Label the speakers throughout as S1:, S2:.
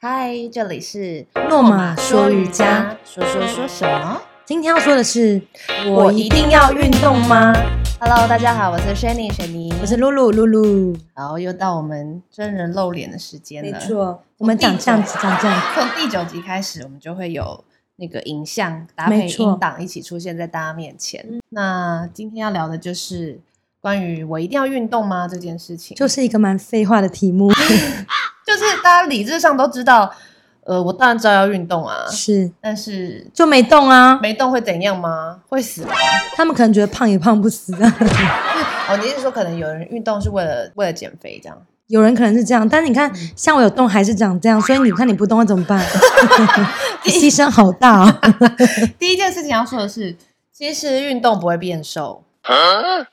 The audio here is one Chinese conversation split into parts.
S1: 嗨，这里是
S2: 诺玛说瑜伽，
S1: 说说说什么
S2: 今天要说的是，
S1: 我一定要运动
S2: 吗？
S1: ？Hello，大家好，我是 Shani 雪妮，
S2: 我是露露露露，
S1: 然后又到我们真人露脸的时间了。，
S2: 错，我们讲这样子，讲这样子，
S1: 从第九集开始，我们就会有那个影像搭
S2: 没
S1: 配
S2: 错嗯
S1: 音档一起出现在大家面前。那今天要聊的就是关于我一定要运动吗这件事情，
S2: 就是一个蛮废话的题目，
S1: 就是大家理智上都知道，呃，我当然知道要运动啊，
S2: 是
S1: 但是
S2: 就没动啊。
S1: 没动会怎样吗？会死吗？
S2: 他们可能觉得胖也胖不死，啊
S1: 哦，你是说可能有人运动是为了为了减肥这样？
S2: 有人可能是这样，但是你看，
S1: 嗯
S2: 像我有动还是长这样，所以你看你不动会怎么办？ 牺牲好 大哦，
S1: 第一件事情要说的是，其实运动不会变瘦，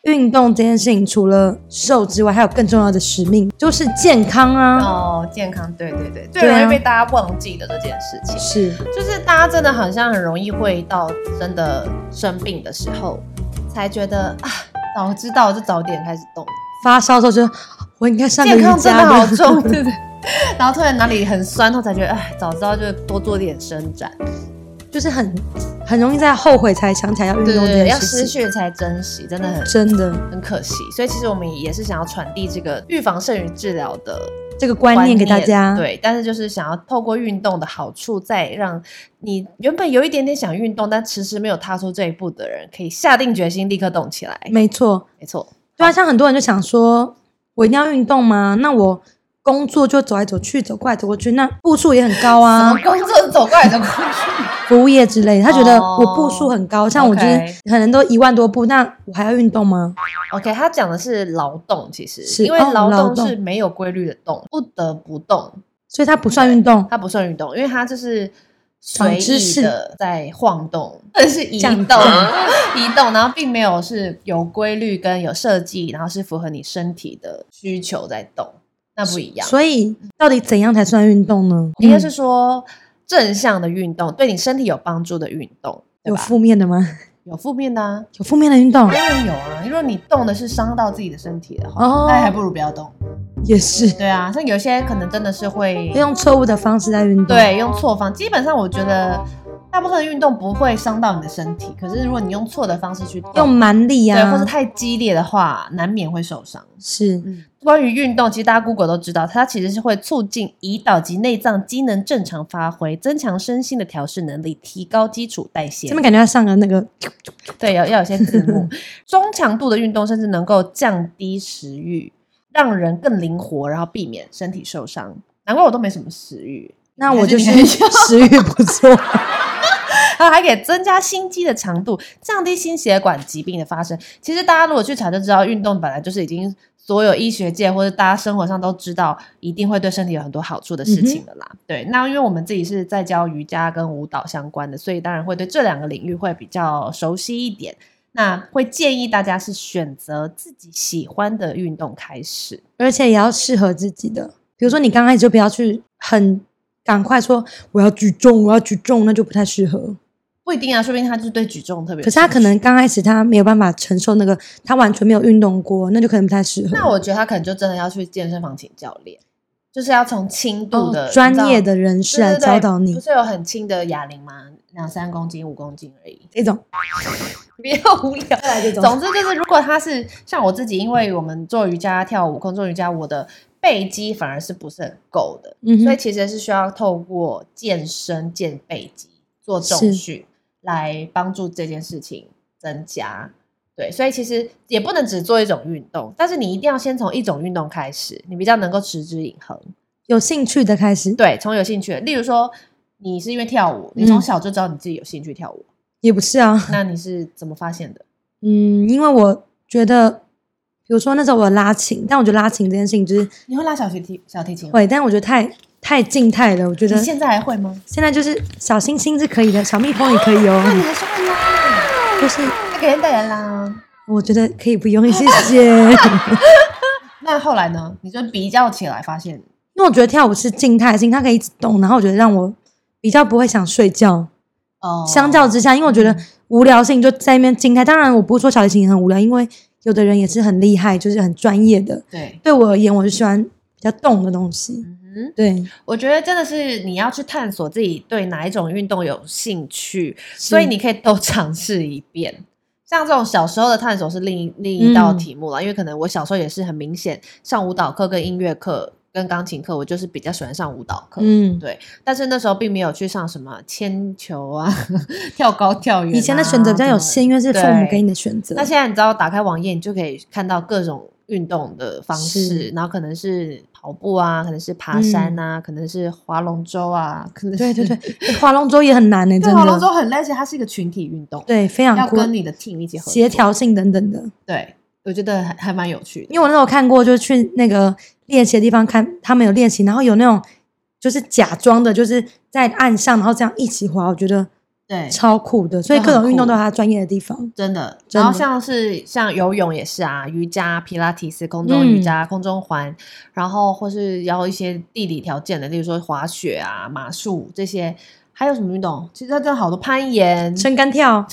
S2: 运动这件事情除了瘦之外，还有更重要的使命，就是健康啊。
S1: 哦，健康，对对对，最
S2: 对
S1: 容
S2: 啊
S1: 易被大家忘记的这件事情，
S2: 是，
S1: 就是大家真的好像很容易会到真的生病的时候，才觉得啊，早知道就早点开始动，
S2: 发烧的时候就我应该上个
S1: 健
S2: 瑜
S1: 康真
S2: 伽
S1: 的好
S2: 的
S1: 重，对对。然后突然哪里很酸痛，才觉得哎，早知道就多做点伸展，
S2: 就是很很容易在后悔才想起来要运
S1: 对
S2: 动
S1: 对
S2: 这
S1: 对，要
S2: 件
S1: 失
S2: 事情，
S1: 去才珍惜，真的很
S2: 真的
S1: 很可惜。所以其实我们也是想要传递这个预防胜于治疗的
S2: 这个观念给大家，
S1: 对，但是就是想要透过运动的好处，再让你原本有一点点想运动，但迟迟没有踏出这一步的人，可以下定决心立刻动起来。
S2: 没错，
S1: 没错，
S2: 对啊，像很多人就想说，我一定要运动吗？那我工作就走来走去，走过来走过去，那步数也很高
S1: 什
S2: 啊
S1: 么，工作走过来走过去，
S2: 服务业之类的，他觉得
S1: 哦
S2: 我步数很高，像我就是
S1: OK
S2: 可能都一万多步，那我还要运动吗？
S1: OK，他讲的是劳动，其实
S2: 是
S1: 因为
S2: 哦
S1: 劳
S2: 劳
S1: 动
S2: 动
S1: 是没有规律的动，不得不动，
S2: 所以它不算运动，
S1: 它不算运动，因为它就是
S2: 长
S1: 随
S2: 知
S1: 意
S2: 识
S1: 的在晃动，或者是移
S2: 这样
S1: 动、 移动，然后并没有是有规律跟有设计，然后是符合你身体的需求在动，那不一样。
S2: 所以到底怎样才算运动呢？
S1: 应该是
S2: 嗯
S1: 说正向的运动，对你身体有帮助的运动，对
S2: 有
S1: 吧？
S2: 负嗯面的吗？
S1: 有负面的啊，
S2: 有负面的运动
S1: 当然有啊。如果你动的是伤到自己的身体的话，
S2: 哦
S1: 那还不如不要动。
S2: 也是，
S1: 对啊，像有些可能真的是会
S2: 用错误的方式在运动，，
S1: 对用错方，基本上我觉得大部分的运动不会伤到你的身体，可是如果你用错的方式去动
S2: 用蛮力
S1: 哦对，
S2: 啊，
S1: 或是太激烈的话，难免会受伤。
S2: 是
S1: 嗯，关于运动，其实大家 Google 都知道，它其实是会促进胰岛及内脏机能正常发挥，增强身心的调试能力，提高基础代谢
S2: 这。边感觉要上个 那个，
S1: 对，要要有些字幕。中强度的运动甚至能够降低食欲，让人更灵活，然后避免身体受伤。难怪我都没什么食欲。
S2: 那我就是
S1: 还是你很
S2: 食欲不错，
S1: 然后还可以增加心肌的强度，降低心血管疾病的发生。其实大家如果去查就知道，运动本来就是已经所有医学界或者大家生活上都知道，一定会对身体有很多好处
S2: 嗯
S1: 的事情了啦。对，那因为我们自己是在教瑜伽跟舞蹈相关的，所以当然会对这两个领域会比较熟悉一点。那会建议大家是选择自己喜欢的运动开始。
S2: 而且也要适合自己的。比如说你刚开始就不要去很赶快说我要举重，我要举重，那就不太适合。
S1: 不一定啊，说不定他就是对举重特别有
S2: 可
S1: 兴
S2: 是
S1: 趣。
S2: 他可能刚开始他没有办法承受那个，他完全没有运动过，那就可能不太适合。
S1: 那我觉得他可能就真的要去健身房请教练，就是要从轻度的、
S2: 哦专业
S1: 你
S2: 的人士
S1: 知道
S2: 来
S1: 对对对
S2: 教导你
S1: 不是有很轻的哑铃吗？两三公斤、五公斤而已。
S2: 这种，
S1: 不要无聊。总之就是，如果他是像我自己，因为我们做瑜伽、跳舞、空中瑜伽，我的背肌反而是不是很够的，
S2: 嗯
S1: 所以
S2: 哼，
S1: 其实是需要透过健身、健背肌做重
S2: 是
S1: 训来帮助这件事情增加。对，所以其实也不能只做一种运动，但是你一定要先从一种运动开始，你比较能够持之以恒。
S2: 有兴趣的开始
S1: 对，从有兴趣的，例如说你是因为跳舞，你从
S2: 嗯
S1: 小就知道你自己有兴趣跳舞，
S2: 也不是啊，
S1: 那你是怎么发现的？
S2: 嗯，因为我觉得，比如说那时候我拉琴，但我觉得拉琴这件事情就是
S1: 你会拉小提提小提琴吗？
S2: 会，但我觉得太太静态了，我觉得
S1: 你现在还会吗？
S2: 现在就是小星星是可以的，小蜜蜂也可以
S1: 那你
S2: 哦。
S1: 还是会拉，
S2: 就是
S1: 那给现代人啦。
S2: 我觉得可以不用，谢 谢。
S1: 那后来呢？你就比较起来发现，
S2: 因为我觉得跳舞是静态性，它可以一直动，然后我觉得让我比较不会想睡觉。
S1: 哦，嗯
S2: 相较之下，因为我觉得无聊性就在那边静态。当然，我不是说小提琴也很无聊，因为有的人也是很厉害，就是很专业的。
S1: 对，
S2: 对我而言，我就喜欢比较动的东西。
S1: 嗯哼嗯，
S2: 对，
S1: 我觉得真的是你要去探索自己对哪一种运动有兴趣，所以你可以都 尝试一遍。像这种小时候的探索是另一另一道
S2: 嗯
S1: 题目了，因为可能我小时候也是很明显上舞蹈课、跟音乐课、跟钢琴课，我就是比较喜欢上舞蹈课。
S2: 嗯
S1: 对，但是那时候并没有去上什么铅球啊、 跳高、跳远啊、
S2: 以前的选择比较有
S1: 什么的
S2: 限，因为是父母
S1: 对
S2: 给你的选择
S1: 那。现在你知道，打开网页你就可以看到各种运动的方式
S2: 是，嗯
S1: 然后可能是跑步啊，可能是爬山啊，可能是划龙舟啊，可能
S2: 对
S1: 是
S2: 对对，诶 划龙舟也很难呢、欸
S1: 对，
S2: 真
S1: 划龙舟
S2: 的。
S1: 很累，而且它是一个群体运动，
S2: 对，非常
S1: 要
S2: 酷
S1: 跟你的 team 一起合作
S2: 协。调性等等的。
S1: 对，我觉得还还蛮有趣的。
S2: 因为我那时候看过，就是去那个练习的地方看，他们有练习，然后有那种就是假装的，就是在岸上，然后这样一起滑，我觉得
S1: 对，
S2: 超酷的。所以
S1: 这
S2: 各
S1: 很
S2: 种运动
S1: 酷嗯
S2: 都有它专业的地方。
S1: 真的。
S2: 真
S1: 然
S2: 的
S1: 后像是像游泳也是啊，瑜伽、皮拉提斯、空中瑜
S2: 嗯
S1: 伽、空中环，然后或是要一些地理条件的，例如说滑雪啊、马术这些。还有什么运动？其实它真的好多攀岩、
S2: 撑杆跳，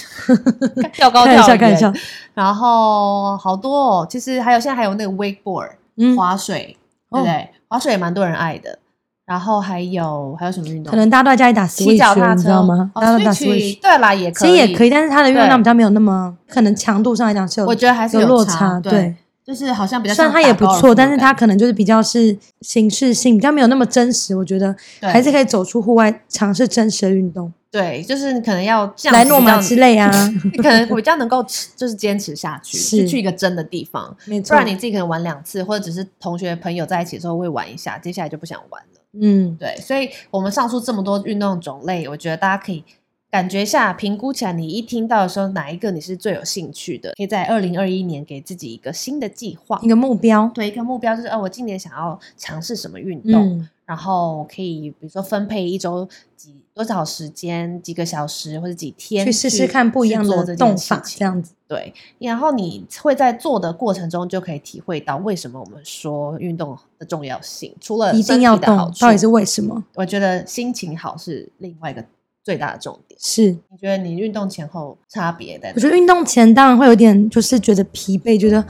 S1: 跳高跳
S2: 看
S1: 远，
S2: 一下看一下，
S1: 然后好多哦，其实还有现在还有那个 wakeboard
S2: 嗯，
S1: 划水，对
S2: 哦
S1: 不对？划水也蛮多人爱的。然后还有还有什么运动？
S2: 可能大家都在家里打 Switch，
S1: 骑脚踏车，
S2: 你知道吗？
S1: 哦
S2: 大家都打
S1: Switch，
S2: Switch，
S1: 对啦，也可
S2: 其
S1: 以，
S2: 实也可以，。但是它的运动
S1: 对
S2: 量比较没有那么，可能强度上来讲是有
S1: 我觉得还是
S2: 有落
S1: 差，
S2: 差，
S1: 对，。就是好像比较像
S2: 虽然它
S1: 打
S2: 也不
S1: 高尔夫
S2: 错，
S1: 的
S2: 但是它
S1: 感觉
S2: 可能就是比较是形式性，比较没有那么真实。我觉得
S1: 对
S2: 还是可以走出户外，尝试真实的运动，
S1: 对，就是你可能要这样
S2: 来
S1: 子
S2: 诺马
S1: 比较
S2: 之类 啊，
S1: 你可能比较能够持就是坚持下去，
S2: 是
S1: 就去一个真的地方，
S2: 没
S1: 不
S2: 错。
S1: 然你自己可能玩两次，或者只是同学朋友在一起的时候会玩一下，接下来就不想玩了。
S2: 嗯，
S1: 对，所以我们上述这么多运动种类，我觉得大家可以感觉一下，评估起来，你一听到的时候，哪一个你是最有兴趣的？可以在二零二一年给自己一个新的计划
S2: 一，个目标，
S1: 对一个目标，就是呃，我今年想要尝试什么运动，
S2: 嗯，
S1: 然后可以比如说分配一周几多少时间、几个小时或者几天
S2: 去试试看不一
S1: 去
S2: 样
S1: 做
S2: 的
S1: 这件
S2: 动
S1: 事
S2: 法，
S1: 情
S2: 这样子。
S1: 对，然后你会在做的过程中就可以体会到为什么我们说运动的重要性，除了
S2: 一
S1: 呃身
S2: 定要
S1: 体的好
S2: 动，
S1: 处
S2: 到底是为什么？
S1: 我觉得心情好是另外一个最大的重点。
S2: 是，
S1: 你觉得你运动前后差别在
S2: 我
S1: 哪？
S2: 觉得运动前当然会有点，就是觉得疲惫，觉得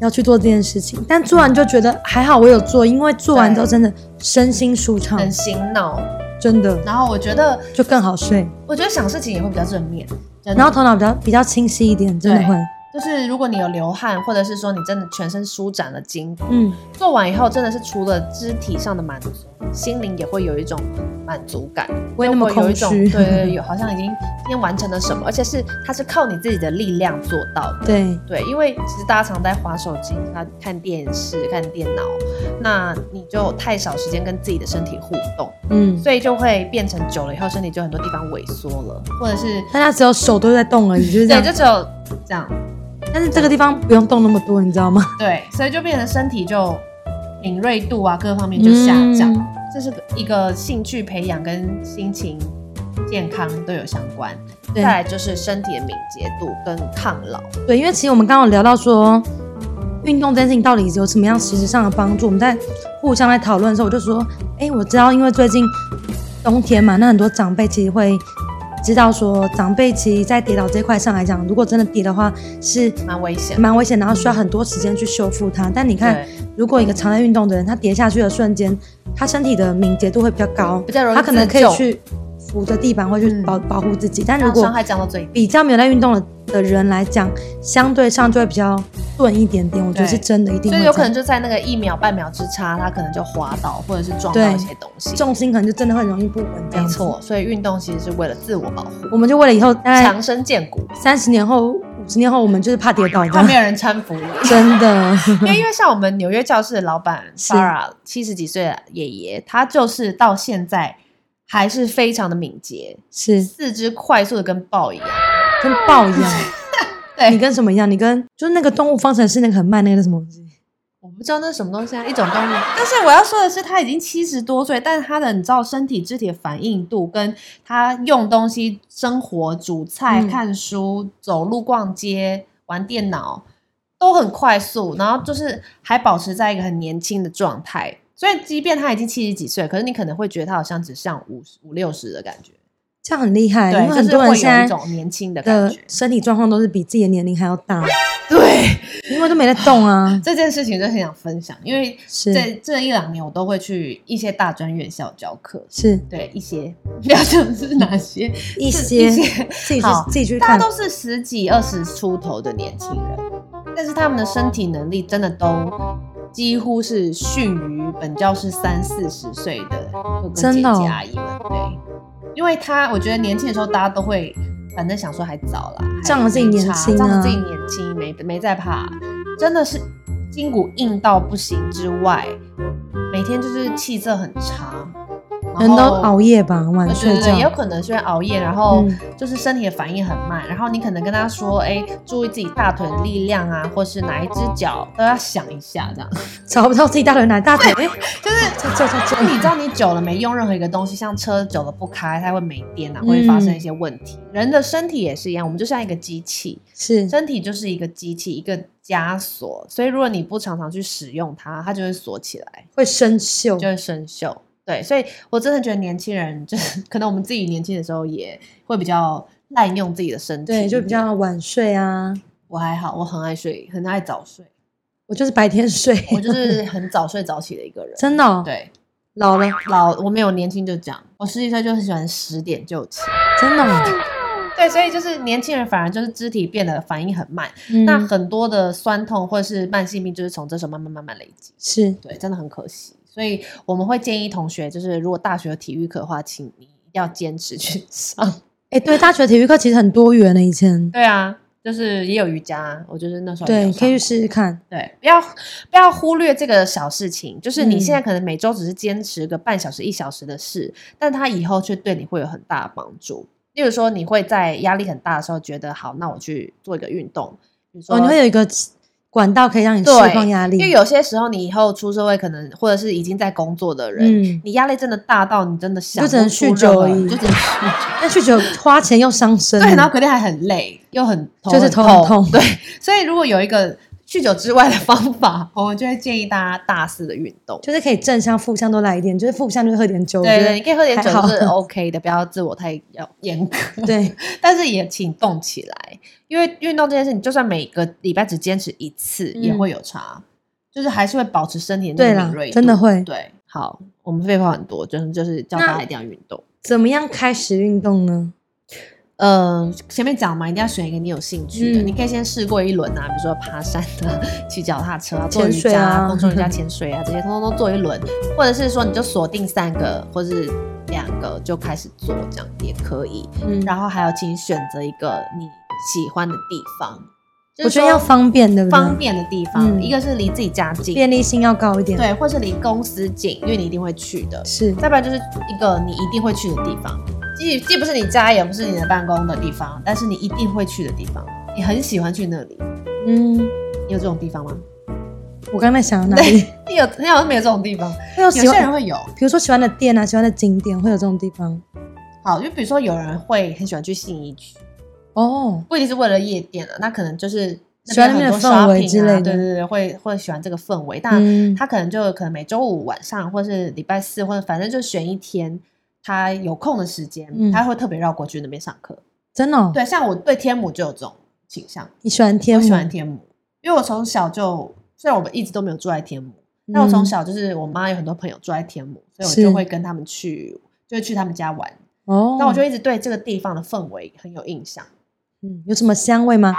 S2: 要去做这件事情，但做完就觉得还好，我有做，因为做完之后真的身心舒畅，
S1: 很醒脑，
S2: 真的
S1: 然后我觉得，
S2: 就更好睡，
S1: 我觉得想事情也会比较正面。真的
S2: 然后头脑比较比较清晰一点，真的
S1: 对
S2: 会，
S1: 就是，如果你有流汗，或者是说你真的全身舒展了筋骨，
S2: 嗯，
S1: 做完以后真的是除了肢体上的满足，心灵也会有一种满足感，
S2: 不会那么
S1: 就有一
S2: 空
S1: 种
S2: 虚，
S1: 对对对，有好像已经今天完成了什么，而且是它是靠你自己的力量做到的。
S2: 对
S1: 对，因为其实大家常在划手机、看看电视、看电脑，那你就太少时间跟自己的身体互动，
S2: 嗯，
S1: 所以就会变成久了以后，身体就很多地方萎缩了，或者是
S2: 大家只有手都在动而已，就是这
S1: 对，
S2: 样
S1: 就，只有这样，
S2: 但是这个地方不用动那么多，你知道吗？
S1: 对，所以就变成身体就敏锐度啊各方面就下降，
S2: 嗯
S1: 这是一个兴趣培养跟心情健康都有相关。再
S2: 对
S1: 来就是身体的敏捷度跟抗老，
S2: 对，因为其实我们刚刚有聊到说，运动这件事情到底有什么样实质上的帮助，我们在互相在讨论的时候，我就说，哎，我知道，因为最近冬天嘛，那很多长辈其实会知道说，长辈其实在跌倒这块上来讲，如果真的跌的话是
S1: 蛮危险的。
S2: 蛮危险，然后需要很多时间去修复它。嗯但你看
S1: 对，，
S2: 如果一个常在运动的人，他跌下去的瞬间，他身体的敏捷度会比较高，
S1: 比较容易
S2: 他可能
S1: 自
S2: 可以
S1: 救
S2: 去扶着地板，或去
S1: 嗯
S2: 保、保护自己。但如
S1: 让
S2: 果
S1: 伤害降到最低。
S2: 比较没有在运动的的人来讲，相对上就会比较钝一点点。我觉得是真的，一
S1: 所
S2: 定会
S1: 以有
S2: 这样
S1: 可能就在那个一秒半秒之差，他可能就滑倒或者是撞到
S2: 对
S1: 一些东西。
S2: 重心可能就真的会容易不稳。这
S1: 没
S2: 样子，
S1: 错，所以运动其实是为了自我保护，
S2: 我们就为了以后大概
S1: 强身健骨。
S2: 三十年后、五十年后，我们就是怕跌倒
S1: 怕
S2: 的
S1: 没，有人搀 扶你，
S2: 真的。
S1: 因为因为像我们纽约教室的老板 Sarah 七十几岁的爷爷，他就是到现在还是非常的敏捷，
S2: 是
S1: 四肢快速的跟豹一样。
S2: 跟豹一样，
S1: 对
S2: 你跟什么一样？你跟就是那个动物方程式那个很慢那个叫什么东西？
S1: 我不知道那是什么东西啊，一种动物。但是我要说的是，他已经七十多岁，但是他的你知道身体肢体的反应度，跟他用东西、生活、煮菜、
S2: 嗯
S1: 看书、走路、逛街、玩电脑，都很快速，然后就是还保持在一个很年轻的状态。所以，即便他已经七十几岁，可是你可能会觉得他好像只像五五六十的感觉。
S2: 这样很厉害，哎
S1: 对，
S2: 因为
S1: 就是
S2: 很多
S1: 会
S2: 人
S1: 有
S2: 现在
S1: 一种年轻的感
S2: 的
S1: 觉。
S2: 身体状况都是比自己的年龄还要大，
S1: 对。
S2: 因为都没在动啊
S1: 这件事情，就很想分享，因为
S2: 是
S1: 这这一两年我都会去一些大专院校教课，
S2: 是
S1: 对一些，不要讲是哪些，
S2: 一
S1: 是
S2: 些
S1: 一
S2: 自
S1: 些
S2: 己去
S1: 好
S2: 自己去
S1: 大家
S2: 看，
S1: 都是十几二十出头的年轻人，但是他们的身体能力真的都几乎是逊于本教室三四十岁的哥哥姐
S2: 真
S1: 姐
S2: 的哦
S1: 阿姨们。对，因为他我觉得年轻的时候大家都会，反正想说还早啦，还
S2: 仗着自己
S1: 没
S2: 年
S1: 差
S2: 轻
S1: 仗着
S2: 啊
S1: 自己年轻，没没在怕，真的是筋骨硬到不行之外，每天就是气色很差，
S2: 人都
S1: 然后
S2: 熬夜吧，晚
S1: 呃对
S2: 睡
S1: 对对，也有
S2: 觉。
S1: 可能是因为熬夜，然后
S2: 嗯
S1: 就是身体的反应很慢，然后你可能跟他说，哎，注意自己大腿的力量啊，或是哪一只脚都要想一下，这样。
S2: 找不到自己大腿哪大腿，哎，
S1: 就是
S2: 这这这
S1: 就
S2: 这，
S1: 你知道，你久了没用任何一个东西，像车久了不开，它会没电啊，会发生
S2: 嗯
S1: 一些问题。人的身体也是一样，我们就像一个机器，
S2: 是
S1: 身体就是一个机器，一个枷锁，所以如果你不常常去使用它，它就会锁起来。
S2: 会生锈
S1: 就，会生锈。对，所以我真的觉得年轻人就是， 可能我们自己年轻的时候也会比较滥用自己的身体，
S2: 对，就比。较
S1: 嗯
S2: 晚睡啊。
S1: 我还好，我很爱睡，很爱早睡，
S2: 我就是白天睡，。
S1: 我就是很早睡早起的一个人
S2: 真的哦
S1: 对，
S2: 老了，
S1: 老我没有年轻就这样，我十几岁就很喜欢十点就起。
S2: 真的哦。
S1: 对，所以就是年轻人反而就是肢体变得反应很慢，那
S2: 嗯，
S1: 很多的酸痛或者是慢性病就是从这时候慢慢慢慢累积。
S2: 是
S1: 对，真的很可惜。所以我们会建议同学，就是如果大学有体育课的话，请你一定要坚持去 上。
S2: 哎，对，大学体育课其实很多元的，以前
S1: 对啊，就是也有瑜伽，我就是那时候也有
S2: 对，
S1: 上
S2: 可以去试试看。
S1: 对，不要不要忽略这个小事情，就是你
S2: 嗯
S1: 现在可能每周只是坚持个半小时、一小时的事，但它以后却对你会有很大的帮助。例如说，你会在压力很大的时候觉得，好，那我去做一个运动，比如说
S2: 哦，你会有一个管道可以让你释
S1: 对
S2: 放压力，
S1: 因为有些时候你以后出社会，可能或者是已经在工作的人，
S2: 嗯，
S1: 你压力真的大到你真的想
S2: 就只能
S1: 不出
S2: 酗酒
S1: 任何
S2: 而已
S1: 你就只能酗酒。
S2: 但去酒花钱又伤身，
S1: 对，然后隔天还很累，又很头
S2: 就是
S1: 很
S2: 头
S1: 痛，
S2: 很痛
S1: 对，所以如果有一个酗酒之外的方法， 我们就会建议大家大肆的运动。
S2: 就是可以正向、负向都来一点，就是负向就喝点酒，
S1: 对
S2: 我觉
S1: 对，
S2: 得
S1: 你可以喝点酒
S2: 还好
S1: 是 OK 的，不要自我太要严格。
S2: 对，
S1: 但是也请动起来，因为运动这件事，你就算每个礼拜只坚持一次，
S2: 嗯
S1: 也会有差，就是还是会保持身体的那
S2: 对
S1: 个
S2: 啦
S1: 敏锐度，
S2: 真的会
S1: 对，好，我们废话很多，就是就是叫大家
S2: 那
S1: 一定要运动。
S2: 怎么样开始运动呢？
S1: 呃，前面讲嘛，一定要选一个你有兴趣的，
S2: 嗯
S1: 你可以先试过一轮啊，比如说爬山啊、骑脚踏车啊、做
S2: 潜
S1: 瑜
S2: 水
S1: 伽
S2: 啊
S1: 空中瑜伽、潜水啊，这些通通都做一轮，或者是说你就锁定三个或是两个就开始做，这样也可以。
S2: 嗯，
S1: 然后还有，请选择一个你喜欢的地方，就是
S2: 我觉得要
S1: 说
S2: 方便，对不对？
S1: 方便的地方，
S2: 嗯
S1: 一个是离自己家近，
S2: 便利性要高一点，，
S1: 对，或是离公司近，因为你一定会去的。
S2: 是
S1: 再不然就是一个你一定会去的地方，既既不是你家，也不是你的办公的地方，但是你一定会去的地方，你很喜欢去那里。
S2: 嗯，
S1: 你有这种地方吗？
S2: 我刚才想到哪里？
S1: 你有，你好像没有这种地方。
S2: 会有
S1: 有
S2: 喜
S1: 些人
S2: 欢，
S1: 会有，
S2: 比如说喜欢的店啊，喜欢的景点会有这种地方
S1: 好，就比如说有人会很喜欢去信义区，
S2: 哦，
S1: 不一定是为了夜店啊，那可能就是
S2: 喜欢那边
S1: 很
S2: 的
S1: 多
S2: 氛围
S1: shopping
S2: 之类
S1: 啊，
S2: 的
S1: 对对对，会会喜欢这个氛围，但
S2: 嗯，
S1: 他可能就可能每周五晚上，或是礼拜四，或者反正就选一天他有空的时间，
S2: 嗯
S1: 他会特别绕过去那边上课。
S2: 真的哦，
S1: 对，像我对天母就有这种倾向，
S2: 你喜欢天
S1: 我
S2: 母，
S1: 喜欢天母，因为我从小就虽然我们一直都没有住在天母，但我从小就是我妈有很多朋友住在天母，所以我
S2: 嗯是
S1: 就会跟他们去，就会去他们家玩。
S2: 哦，
S1: 那我就一直对这个地方的氛围很有印象，
S2: 嗯，有什么香味吗？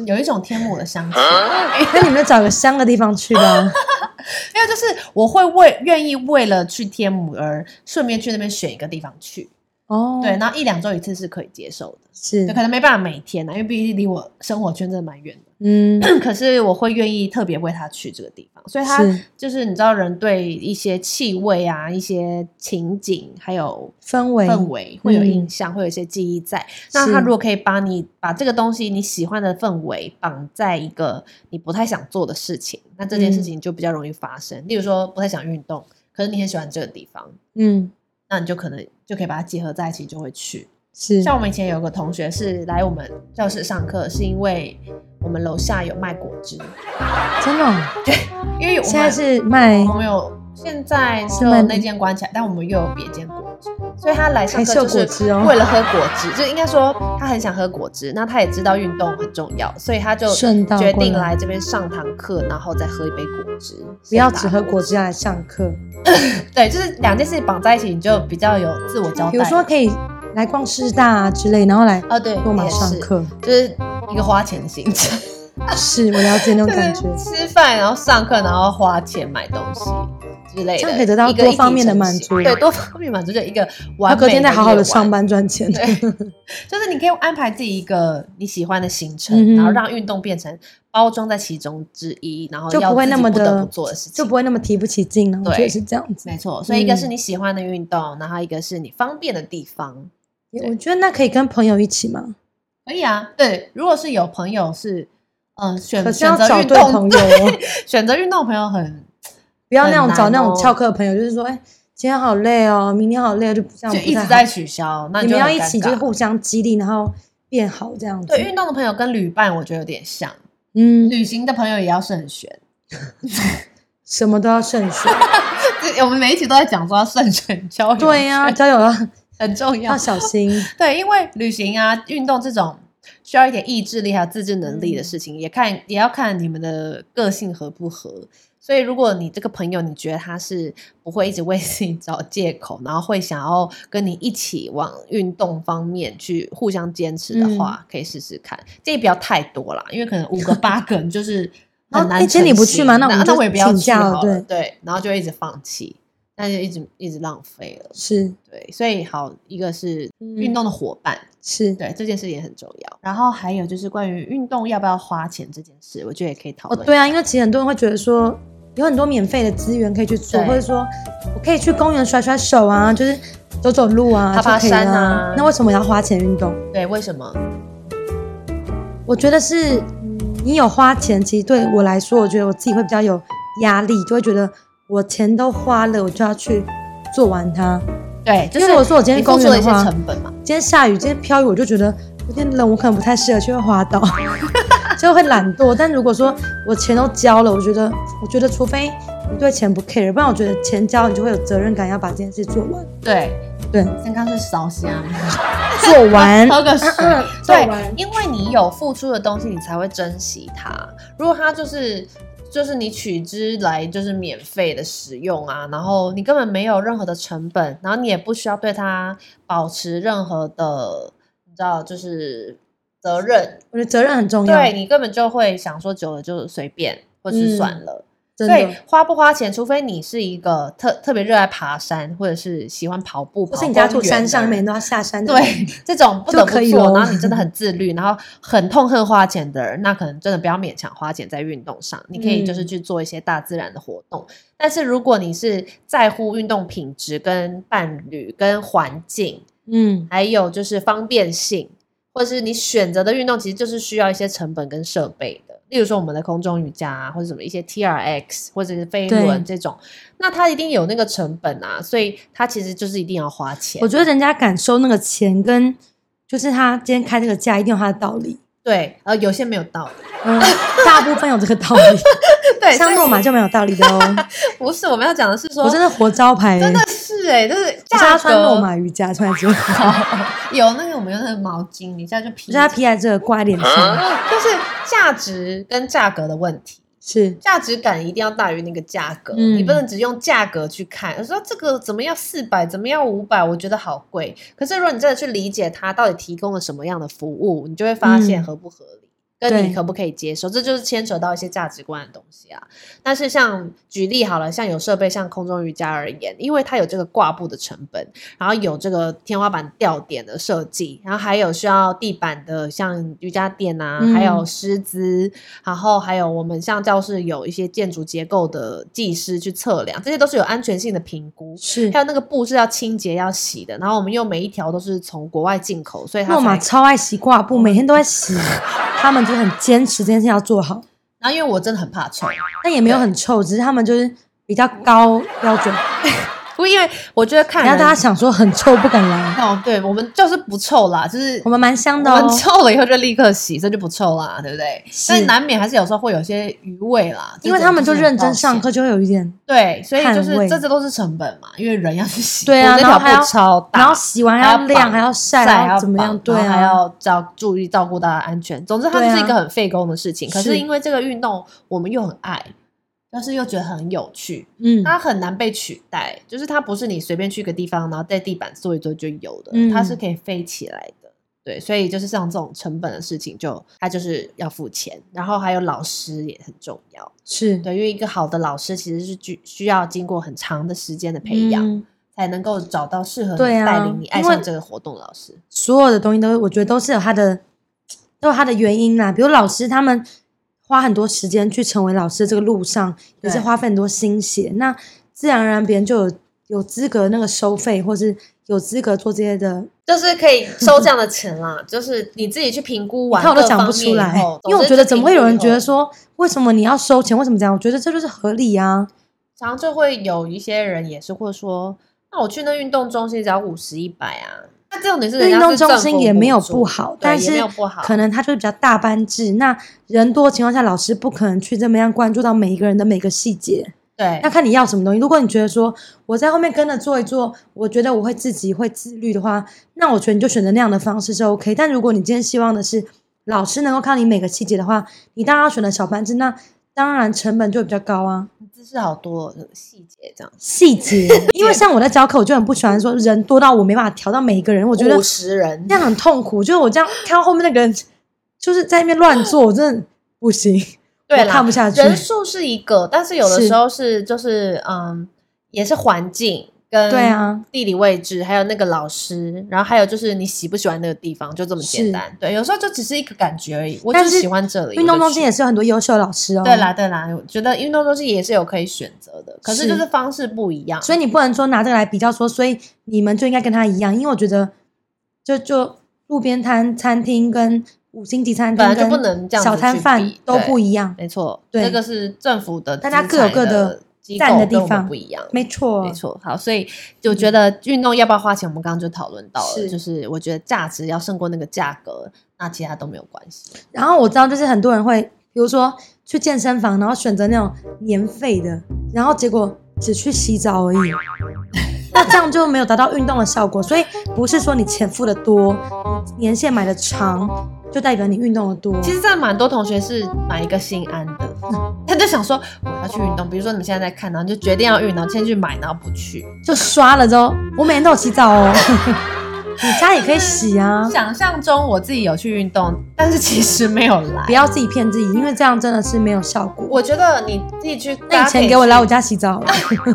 S1: 嗯，有一种天母的香气。
S2: 那你们就找个香的地方去吧。
S1: 没有，就是我会为愿意为了去天母而顺便去那边选一个地方去，
S2: 哦，
S1: 对，，然后一两周一次是可以接受的，
S2: 是
S1: 对，，可能没办法每天啊，因为毕竟离我生活圈真的蛮远的。
S2: 嗯，
S1: 可是我会愿意特别为他去这个地方，所以他
S2: 是
S1: 就是你知道，人对一些气味啊、一些情景还有
S2: 氛围，
S1: 氛围会有印象，会有一些记忆在。那他
S2: 嗯是
S1: 如果可以把你把这个东西你喜欢的氛围绑在一个你不太想做的事情，那这件事
S2: 嗯
S1: 情就比较容易发生。例如说不太想运动，可是你很喜欢这个地方，
S2: 嗯，
S1: 那你就可能就可以把它结合在一起，就会去。
S2: 是，
S1: 像我们以前有个同学是来我们教室上课，是因为我们楼下有卖果汁，
S2: 真的哦，
S1: 因为我们
S2: 现在是卖
S1: 哦我们有现在
S2: 是
S1: 就
S2: 卖
S1: 那间关起来，但我们又有别间果汁，所以他来上课
S2: 还秀
S1: 就是
S2: 果汁哦
S1: 为了喝果汁，就应该说他很想喝果汁，那他也知道运动很重要，所以他就
S2: 顺道
S1: 决
S2: 过
S1: 定
S2: 来
S1: 来这边上堂课，然后再喝一杯果汁，
S2: 不要
S1: 先
S2: 只
S1: 把
S2: 喝果汁来上课。
S1: 对，就是两件事情绑在一起，你就比较有自我交代。
S2: 比如说可以来逛师大啊之类，然后来
S1: 哦，对，
S2: 购买
S1: 也是
S2: 上，课，
S1: 就是一个花钱的行程，
S2: 是我了解那种感觉
S1: 就，是吃饭，然后上课，然后花钱买东西。之类的，
S2: 这样可以得到
S1: 一个
S2: 多
S1: 一体
S2: 方面的
S1: 成
S2: 满
S1: 型
S2: 足
S1: 对，多方面满足就一个完美。
S2: 他隔天再好好的上，班赚钱。
S1: 对， 就是你可以安排自己一个你喜欢的行程，
S2: 嗯哼
S1: 然后让运动变成包装在其中之一，然后
S2: 就
S1: 要
S2: 不会
S1: 自
S2: 那
S1: 己
S2: 么
S1: 不得
S2: 的
S1: 不做的事情，
S2: 就不会那么提不起劲了。我觉
S1: 对
S2: 得是这样子。
S1: 没错。所以一个是
S2: 嗯
S1: 你喜欢的运动，然后一个是你方便的地方。对
S2: 我觉得那可以跟朋友一起嘛，
S1: 可以啊，对，如果是有朋友是，嗯、选
S2: 可是
S1: 选
S2: 要
S1: 择
S2: 找
S1: 运
S2: 对朋
S1: 动，
S2: 友哦，
S1: 选择运动的朋友很
S2: 不要那种
S1: 很难
S2: 找那种
S1: 哦
S2: 翘课的朋友，就是说，哎，今天好累哦，明天好累哦，就不这样，
S1: 就
S2: 不
S1: 一直
S2: 太好
S1: 在取消，那
S2: 你
S1: 就
S2: 们要
S1: 很
S2: 一
S1: 尴
S2: 起就是
S1: 尬
S2: 互相激励，然后变好这样子。
S1: 对运动的朋友跟旅伴，我觉得有点像，
S2: 嗯，
S1: 旅行的朋友也要慎 选。
S2: 什么都要慎 选。
S1: 这我们每一集都在讲说要慎选交友，
S2: 对啊呀、交友要
S1: 很重要
S2: 要。小心。
S1: 对，因为旅行啊、运动这种需要一点意志力还有自制能
S2: 嗯
S1: 力的事情，也看也要看你们的个性合不合。所以，如果你这个朋友，你觉得他是不会一直为自己找借口，然后会想要跟你一起往运动方面去互相坚持的
S2: 嗯
S1: 话，可以试试看。建议不要太多啦，因为可能五个八个你就是很
S2: 然后
S1: 难成行、
S2: 诶今哎天你不去吗那
S1: 那
S2: 我们就
S1: 我也不要
S2: 请
S1: 去
S2: 假了
S1: 好了，
S2: 对
S1: 对，然后就一直放弃，那就一直一直浪费了。
S2: 是
S1: 对，所以好，一个是
S2: 嗯
S1: 运动的伙伴，
S2: 是，
S1: 对这件事也很重要。然后还有就是关于运动要不要花钱这件事，我觉得也可以讨
S2: 哦
S1: 论。
S2: 对啊，因为其实很多人会觉得说。有很多免费的资源可以去做，
S1: 对
S2: 或者说我可以去公园甩甩手啊，就是走走路啊，
S1: 爬爬
S2: 就可以
S1: 山
S2: 啊
S1: 啊。
S2: 那为什么要花钱运动？
S1: 对，为什么？
S2: 我觉得是你有花钱，其实对我来说，我觉得我自己会比较有压力，就会觉得我钱都花了，我就要去做完它。
S1: 对，就
S2: 因
S1: 是
S2: 为我说我今天
S1: 你付
S2: 公
S1: 出
S2: 园
S1: 了
S2: 的
S1: 一些
S2: 话，
S1: 成本嘛。
S2: 今天下雨，今天飘雨，我就觉得有点冷，我可能不太适合去会滑 倒，就会懒惰。但如果说我钱都交了，我觉得，我觉得除非你对钱不 care，不然我觉得钱交你就会有责任感，要把这件事做 完。
S1: 对，
S2: 对，
S1: 健康是烧香，
S2: 做 完，
S1: 喝个水。
S2: 做
S1: 对
S2: 嗯完，，
S1: 因为你有付出的东西，你才会珍惜它。如果它就是就是你取之来就是免费的使用啊，然后你根本没有任何的成本，然后你也不需要对它保持任何的，你知道就是责任，
S2: 我觉得责任很重要。嗯
S1: 对，你根本就会想说久了就随便或是算了。
S2: 真
S1: 所以
S2: 的，
S1: 花不花钱，除非你是一个特特别热爱爬山，或者是喜欢跑步，
S2: 不
S1: 跑
S2: 是你家
S1: 公
S2: 住山
S1: 园
S2: 上，
S1: 的
S2: 每
S1: 人
S2: 天都要下山的。
S1: 对这种不得
S2: 就
S1: 不
S2: 可以
S1: 做，
S2: 咯
S1: 然后你真的很自律，然后很痛恨花钱的人，那可能真的不要勉强花钱在运动上。你可以
S2: 嗯
S1: 就是去做一些大自然的活动，但是如果你是在乎运动品质、跟伴侣、跟环境，
S2: 嗯，
S1: 还有就是方便性，或者是你选择的运动，其实就是需要一些成本跟设备的。例如说我们的空中瑜伽、啊，或者什么一些 T R X，或者是飞轮这种，那它一定有那个成本啊，所以它其实就是一定要花钱。
S2: 我觉得人家敢收那个钱，跟就是他今天开这个价，一定有他的道理。
S1: 对，呃，有些没有道理。
S2: 嗯，大部分有这个道理，
S1: 对，
S2: 像
S1: 所以
S2: 诺玛就没有道理的哦。
S1: 不是我们要讲的是 说，
S2: 我真的活招牌、欸，
S1: 真的是哎、就是
S2: 我叫
S1: 价
S2: 他穿
S1: 格
S2: 罗马瑜伽穿来 之后，我
S1: 有那个我们用那个毛巾，你现在就披
S2: 叫他披在这个挂在脸上，
S1: 就是价值跟价格的问题。
S2: 是
S1: 价值感一定要大于那个价格，
S2: 嗯
S1: 你不能只用价格去看，说这个怎么要四百，怎么要五百，我觉得好贵。可是如果你真的去理解它到底提供了什么样的服务，你就会发现
S2: 嗯
S1: 合不合理，跟
S2: 对
S1: 你可不可以接受，这就是牵扯到一些价值观的东西啊。但是像举例好了，像有设备，像空中瑜伽而言，因为它有这个挂布的成本，然后有这个天花板吊点的设计，然后还有需要地板的，像瑜伽垫啊，
S2: 嗯
S1: 还有师资，然后还有我们像教室有一些建筑结构的技师去测量，这些都是有安全性的评估。
S2: 是
S1: 还。有那个布是要清洁要洗的，然后我们又每一条都是从国外进口，所以它
S2: 诺玛
S1: 才。
S2: 超爱洗挂布，每天都在洗，他们就很坚持这件事情要做好，
S1: 然后因为我真的很怕臭，
S2: 但也没有很臭，只是他们就是比较高标准，
S1: 不，因为我觉得看
S2: 然
S1: 人
S2: 后大家想说很臭不敢来，
S1: 哦，对我们就是不臭啦，就是
S2: 我们蛮香的
S1: 我
S2: 哦
S1: 们。臭了以后就立刻洗，这就不臭啦，对不对？
S2: 是
S1: 但难免还是有时候会有些余味啦，
S2: 因为他们就认真上
S1: 课，
S2: 课，就会有一点，
S1: 对，所以就
S2: 汗
S1: 是
S2: 味
S1: 这些都是成本嘛，因为人要去洗，
S2: 对啊
S1: 我那
S2: 然后还
S1: 条
S2: 要
S1: 布超大，
S2: 然后洗完
S1: 还
S2: 还
S1: 要
S2: 要晾，
S1: 绑
S2: 还要晒，
S1: 晒
S2: 还要怎么样？
S1: 绑
S2: 对
S1: 然后还
S2: 啊，
S1: 要照注意照顾大家安全。总之，它
S2: 对
S1: 就是一
S2: 啊
S1: 个很费工的事情。可是
S2: 是
S1: 因为这个运动，我们又很爱，但是又觉得很有趣，
S2: 嗯，
S1: 它很难被取代。就是它不是你随便去一个地方，然后在地板坐一坐就有的，
S2: 嗯
S1: 它是可以飞起来的。对，所以就是像这种成本的事情就，它就是要付钱，然后还有老师也很重要。
S2: 是
S1: 对，因为一个好的老师其实是需需要经过很长的时间的培养，
S2: 嗯
S1: 才能够找到适合你、
S2: 对啊
S1: 带领你爱
S2: 因为
S1: 上这个活动的老师。
S2: 所有的东西都，我觉得都是有它的，都有它的原因啦。比如老师他们花很多时间去成为老师的这个路上，也是
S1: 对
S2: 花费很多心血，那自然而然别人就有有资格那个收费，或是有资格做这些的。
S1: 就是可以收这样的钱 啦，就是你自己去评估完
S2: 看
S1: 各
S2: 我
S1: 方面
S2: 都
S1: 以后，
S2: 讲不出来，因为我觉得怎么会有人觉得，说，为什么你要收钱？为什么这样？我觉得这就是合理啊。
S1: 常常就会有一些人也是会说，那我去那运动中心只要五十一百啊，那这种你是人
S2: 运
S1: 家
S2: 动
S1: 是
S2: 中
S1: 政
S2: 心
S1: 府
S2: 也没有
S1: 补助
S2: 不好
S1: 对，
S2: 但
S1: 也
S2: 是
S1: 没有不好，
S2: 可能它就是比较大班制，那人多的情况下，老师不可能去这么样关注到每一个人的每个细节。
S1: 对
S2: 那看你要什么东西。如果你觉得说我在后面跟着做一做，我觉得我会自己会自律的话，那我觉得你就选择那样的方式是 OK。但如果你今天希望的是老师能够看你每个细节的话，你当然要选择小班制，那当然成本就会比较高啊。
S1: 姿势好多这个细节这样，
S2: 细节，因为像我在教课，我就很不喜欢说人多到我没办法调到每一个人，我
S1: 我
S2: 觉得
S1: 五十人
S2: 那样很痛苦。就是我这样看到后面那个人就是在那边乱做，我真的不行，
S1: 对
S2: 我
S1: 啦
S2: 看不下去。
S1: 人数是一个，但是有的
S2: 是
S1: 时候是就是嗯，也是环境跟
S2: 对啊
S1: 地理位置，还有那个老师，然后还有就是你喜不喜欢那个地方，就这么简
S2: 是
S1: 单。对，有时候就只是一个感觉而已，我就
S2: 但
S1: 是
S2: 是
S1: 喜欢这里。
S2: 运动中心也
S1: 是
S2: 是有很多优秀的老师哦。
S1: 对啦对啦，我觉得运动中心也是有可以选择的，可是
S2: 是
S1: 就是方式不一样。啊
S2: 所以你不能说拿这个来比较说，所以你们就应该跟他一样，因为我觉得就就路边摊、餐厅跟五星级餐
S1: 本来
S2: 厅
S1: 就不能
S2: 跟
S1: 这样子
S2: 小摊
S1: 去
S2: 贩
S1: 比
S2: 都
S1: 对
S2: 不一样，
S1: 没错，
S2: 对
S1: 这个是政府的
S2: 大家
S1: 资
S2: 各有
S1: 产
S2: 各的
S1: 机
S2: 站
S1: 构
S2: 的地
S1: 跟我们
S2: 方
S1: 不一样。
S2: 没错，
S1: 没错，好，所以就觉得运动要不要花钱，我们刚刚就讨论到了，
S2: 嗯是
S1: 就是我觉得价值要胜过那个价格，那其他都没有关系。
S2: 然后我知道，就是很多人会，比如说去健身房，然后选择那种年费的，然后结果只去洗澡而 已。那这样就没有达到运动的效果，所以不是说你钱付的多，你年限买的长，就代表你运动的多。
S1: 其实真的蛮多同学是买一个心安的， 他就想说我要去运动，比如说你们现在在看，然后就决定要运动，先去买，然后不去。
S2: 就刷了之后，我每天都有洗澡哦， 你家也可以洗啊，
S1: 想象中我自己有去运动，但是其实没有来
S2: 不。要自己骗自己，因为这样真的是没有效果。
S1: 我觉得你自己去，大
S2: 那以
S1: 家可
S2: 前
S1: 以
S2: 给我
S1: 去
S2: 来我家洗澡了，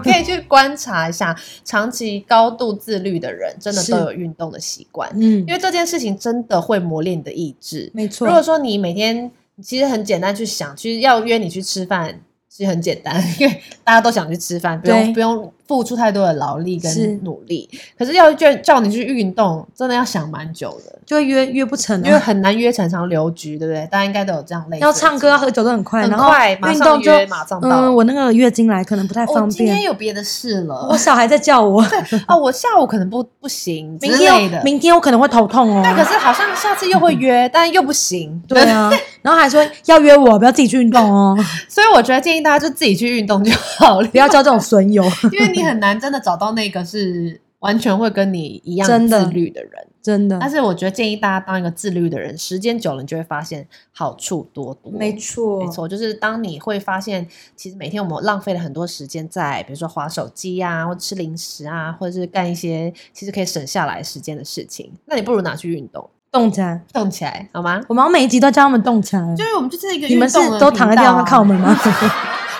S1: 可以去观察一下，长期高度自律的人，真的
S2: 是
S1: 都有运动的习惯，
S2: 嗯
S1: 因，为这件事情真的会磨练你的意志。
S2: 没错
S1: 如，果说你每天其实很简单去想，去要约你去吃饭，其实很简单， 因为大家都想去吃饭，不用
S2: 对
S1: 不用付出太多的劳力
S2: 是
S1: 跟努力。可是要叫叫你去运动，真的要想蛮久的，
S2: 就会约约不成
S1: 因为
S2: 了。
S1: 很难约成常留局，对不对？大家应该都有这样类似的
S2: 嗯要唱歌、
S1: 经
S2: 要
S1: 验
S2: 喝酒都很快，
S1: 很
S2: 然后
S1: 快马
S2: 运
S1: 上
S2: 动就
S1: 约马上到
S2: 嗯，我那个月经来可能不太
S1: 哦，
S2: 方
S1: 今天
S2: 便。
S1: 有别的事了，
S2: 我小孩在叫 我，
S1: 哦，我下午可能不不行之类
S2: 明天
S1: 的
S2: 我。明天我可能会头痛哦。
S1: 但可是好像下次又会约，但又不行。
S2: 对 啊，然后还说要约我，不要自己去运动哦，
S1: 所以我觉得建议大家就自己去运动就好了，
S2: 不要交这种损友，
S1: 因为你很难真的找到那个是完全会跟你一样
S2: 真
S1: 自
S2: 的
S1: 律的嗯人。
S2: 真的
S1: 但。是我觉得建议大家当一个自律的人，时间久了你就会发现好处多多。
S2: 没错，
S1: 没，错，就是当你会发现，其实每天我们浪费了很多时间在，比如说划手机啊，或吃零食啊，或者是干一些其实可以省下来时间的事情，那你不如拿去运动，
S2: 动起来。
S1: 动起来好吗？
S2: 我们好像每一集都叫他们动起来。
S1: 就是我们就是一个
S2: 你们是
S1: 运动的
S2: 都躺在地
S1: 频道
S2: 上
S1: 啊
S2: 看我们 吗？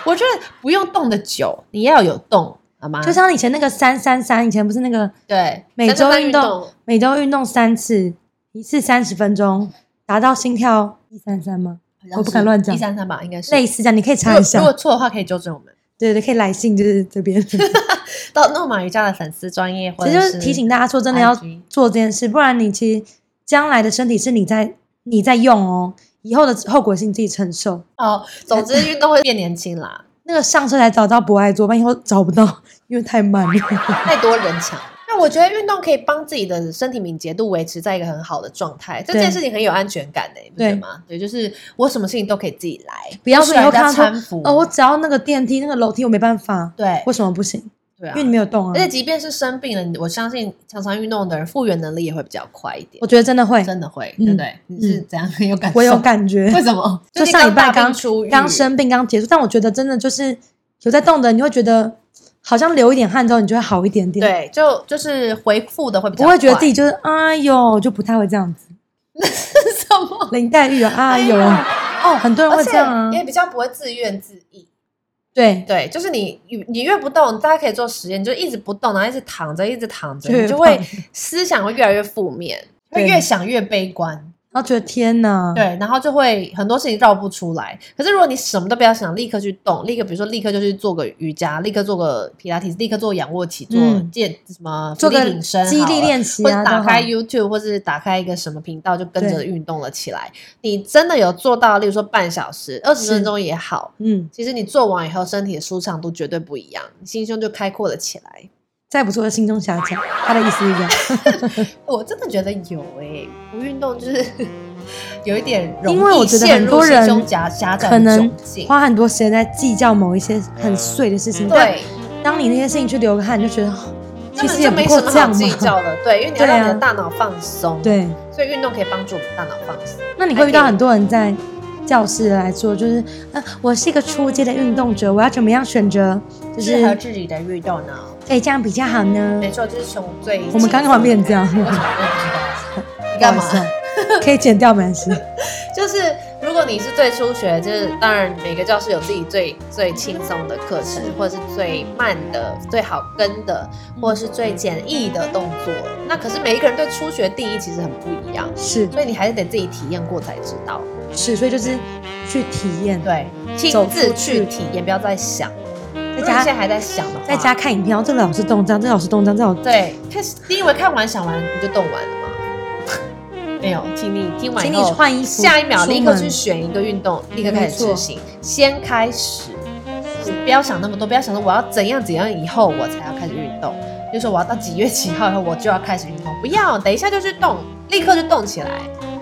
S1: 我觉得不用动的久，你要有动，好吗？
S2: 就像以前那个三三三，以前不是那个
S1: 对
S2: 每
S1: 三三
S2: 周
S1: 三
S2: 运
S1: 运
S2: 动，每周运动三次，一次三十分钟，达到心跳一三三吗？我不敢乱讲
S1: 一三三吧，应该是。
S2: 类似这样，你可以
S1: 如
S2: 查
S1: 果
S2: 一下
S1: 如。果错的话，可以纠正我们
S2: 对对，可以来信，就是这边。 其实
S1: 到诺玛瑜伽的粉丝专业，或者
S2: 就是提醒大家说，真的要
S1: IG
S2: 做这件事，不然你其实将来的身体是你在你在用哦，以后的后果是你自己承受。
S1: 哦。总之，运动会变年轻啦。
S2: 那个上车才找到博爱座，万一后找不到， 因为太 慢了。
S1: 太多人抢。那我觉得运动可以帮自己的身体敏捷度维持在一个很好的状态，这
S2: 对
S1: 件事情很有安全感的、你不觉得吗？对，就是我什么事情都可以自己来，
S2: 不要说以
S1: 需
S2: 后
S1: 人家
S2: 看到
S1: 搀
S2: 说
S1: 扶。
S2: 哦，我只要那个电梯、那个楼梯，我没办法，
S1: 对
S2: 为什么不行？
S1: 对啊
S2: 因为，你没有动啊
S1: 而。且即便是生病了，你我相信常常运动的人复原能力也会比较快一点
S2: 我，觉得真的会，
S1: 真的会，
S2: 嗯
S1: 对不对？你是怎样 很有感受？
S2: 我有感觉。
S1: 为什 么？
S2: 就是上礼拜
S1: 大病
S2: 刚
S1: 出狱
S2: 刚生病刚结束，但我觉得真的就是有在动的，你会觉得好像流一点汗之后，你就会好一点点。，
S1: 对，就就是恢复的会比较
S2: 不会觉得 自
S1: 快
S2: 己就是哎呦，就不太会这样子。
S1: 是什么
S2: 林黛玉啊，哎呦，哦，很多人会
S1: 而
S2: 这
S1: 且
S2: 样啊。
S1: 也比较不会自怨自艾。
S2: 对，
S1: 对，就是你你你越不动，大家可以做实验，你就一直不动，然后一直躺着，一直躺着，
S2: 就越
S1: 你就
S2: 胖
S1: 会思想会越来越负面，会
S2: 对嗯
S1: 越想越悲观，
S2: 然后觉得天哪，
S1: 对，然后就会很多事情绕不出来。可是如果你什么都不要想，立刻去动，立刻比如说立刻就去做个瑜伽，立刻做个皮拉提，立刻做仰卧起坐，
S2: 嗯
S1: 健什么
S2: 做
S1: 伏地
S2: 个
S1: 挺身
S2: 激
S1: 好
S2: 励
S1: 了
S2: 练习
S1: 或
S2: 啊，
S1: 者打
S2: 都
S1: 开
S2: 好
S1: YouTube，或是打开一个什么频道，就跟着
S2: 对
S1: 运动了起来。你真的有做到，例如说半小时、二十
S2: 是
S1: 分钟也好，
S2: 嗯，
S1: 其实你做完以后，身体的舒畅度绝对不一样，心胸就开阔了起来。
S2: 再不做就心中狭窄。他的意思是这样，
S1: 我真的觉得有诶、不运动就是 有一点容易
S2: 因为我觉得
S1: 陷
S2: 很
S1: 入
S2: 多人
S1: 心胸夹夹窄
S2: 可
S1: 的
S2: 能
S1: 窘境。
S2: 花很多时间在计较某一些很碎的事情，但
S1: 对，
S2: 当你那些事情去流个汗，你就觉得哦其
S1: 根本
S2: 实
S1: 就
S2: 也不
S1: 没
S2: 过
S1: 什么
S2: 这样
S1: 好
S2: 嘛。
S1: 计较的。对，因为你要
S2: 对啊
S1: 让你的大脑放松，
S2: 对，
S1: 所以运动可以帮助我们大脑放松。
S2: 那你会遇到
S1: 还可以
S2: 很多人在教室来说，就是呃，我是一个初阶的运动者，我要怎么样选择，就
S1: 适合
S2: 是
S1: 自己的运动呢？
S2: 可以这样比较好呢？
S1: 没错，就是从最
S2: 我们刚刚变成这样
S1: 我怎么会不知道你 干
S2: 不
S1: 嘛
S2: 好意？思啊？可以剪掉没事。
S1: 就是如果你是最初学，就是当然每个教室有自己最最轻松的课时，或者是最慢的、最好跟的，或者是最简易的动作。那可是每一个人对初学定义其实很不一样，
S2: 是
S1: 所以你还是得自己体验过才知道。
S2: 是，所以就是去体验，
S1: 对，亲
S2: 走出
S1: 自
S2: 去
S1: 去体验，不要再想。
S2: 在
S1: 如果你现在
S2: 家
S1: 还在想的话，
S2: 在家看影片，然后这个老师动这样，这个老师动这样，这个老师
S1: 对，开始你以为看完想完你就动完了吗？没有，请你听完以
S2: 嗯请
S1: 后，
S2: 你换衣服
S1: 下一秒
S2: 出
S1: 立刻
S2: 门
S1: 去选一个运动，立刻开始
S2: 没错
S1: 执行，先开始，不要想那么多，不要想说我要怎样怎样以后我才要开始运动，就说我要到几月几号以后我就要开始运动，不要，等一下就去动，立刻就动起来，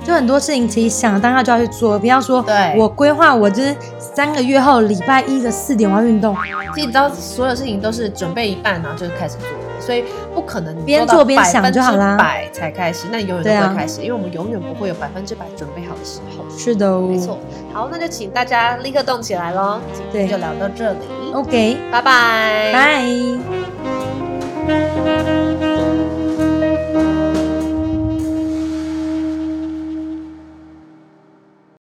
S2: 就很多事情其实想当下就要去做，不要说
S1: 对
S2: 我规划我就是三个月后礼拜一的四点我要运动，
S1: 其实你知道，所有事情都是准备一半，然后就开始做了，所以不可能你
S2: 边
S1: 到
S2: 做边想就好啦
S1: 百分之百才开始，那你永远
S2: 对
S1: 都
S2: 啊
S1: 不会开始，因为我们永远不会有百分之百准备好的时候。
S2: 是的哦，
S1: 没错，好，那就请大家立刻动起来喽。今天
S2: 对
S1: 就
S2: 嗯
S1: 聊到这里，
S2: ，OK，
S1: 拜拜，
S2: 拜。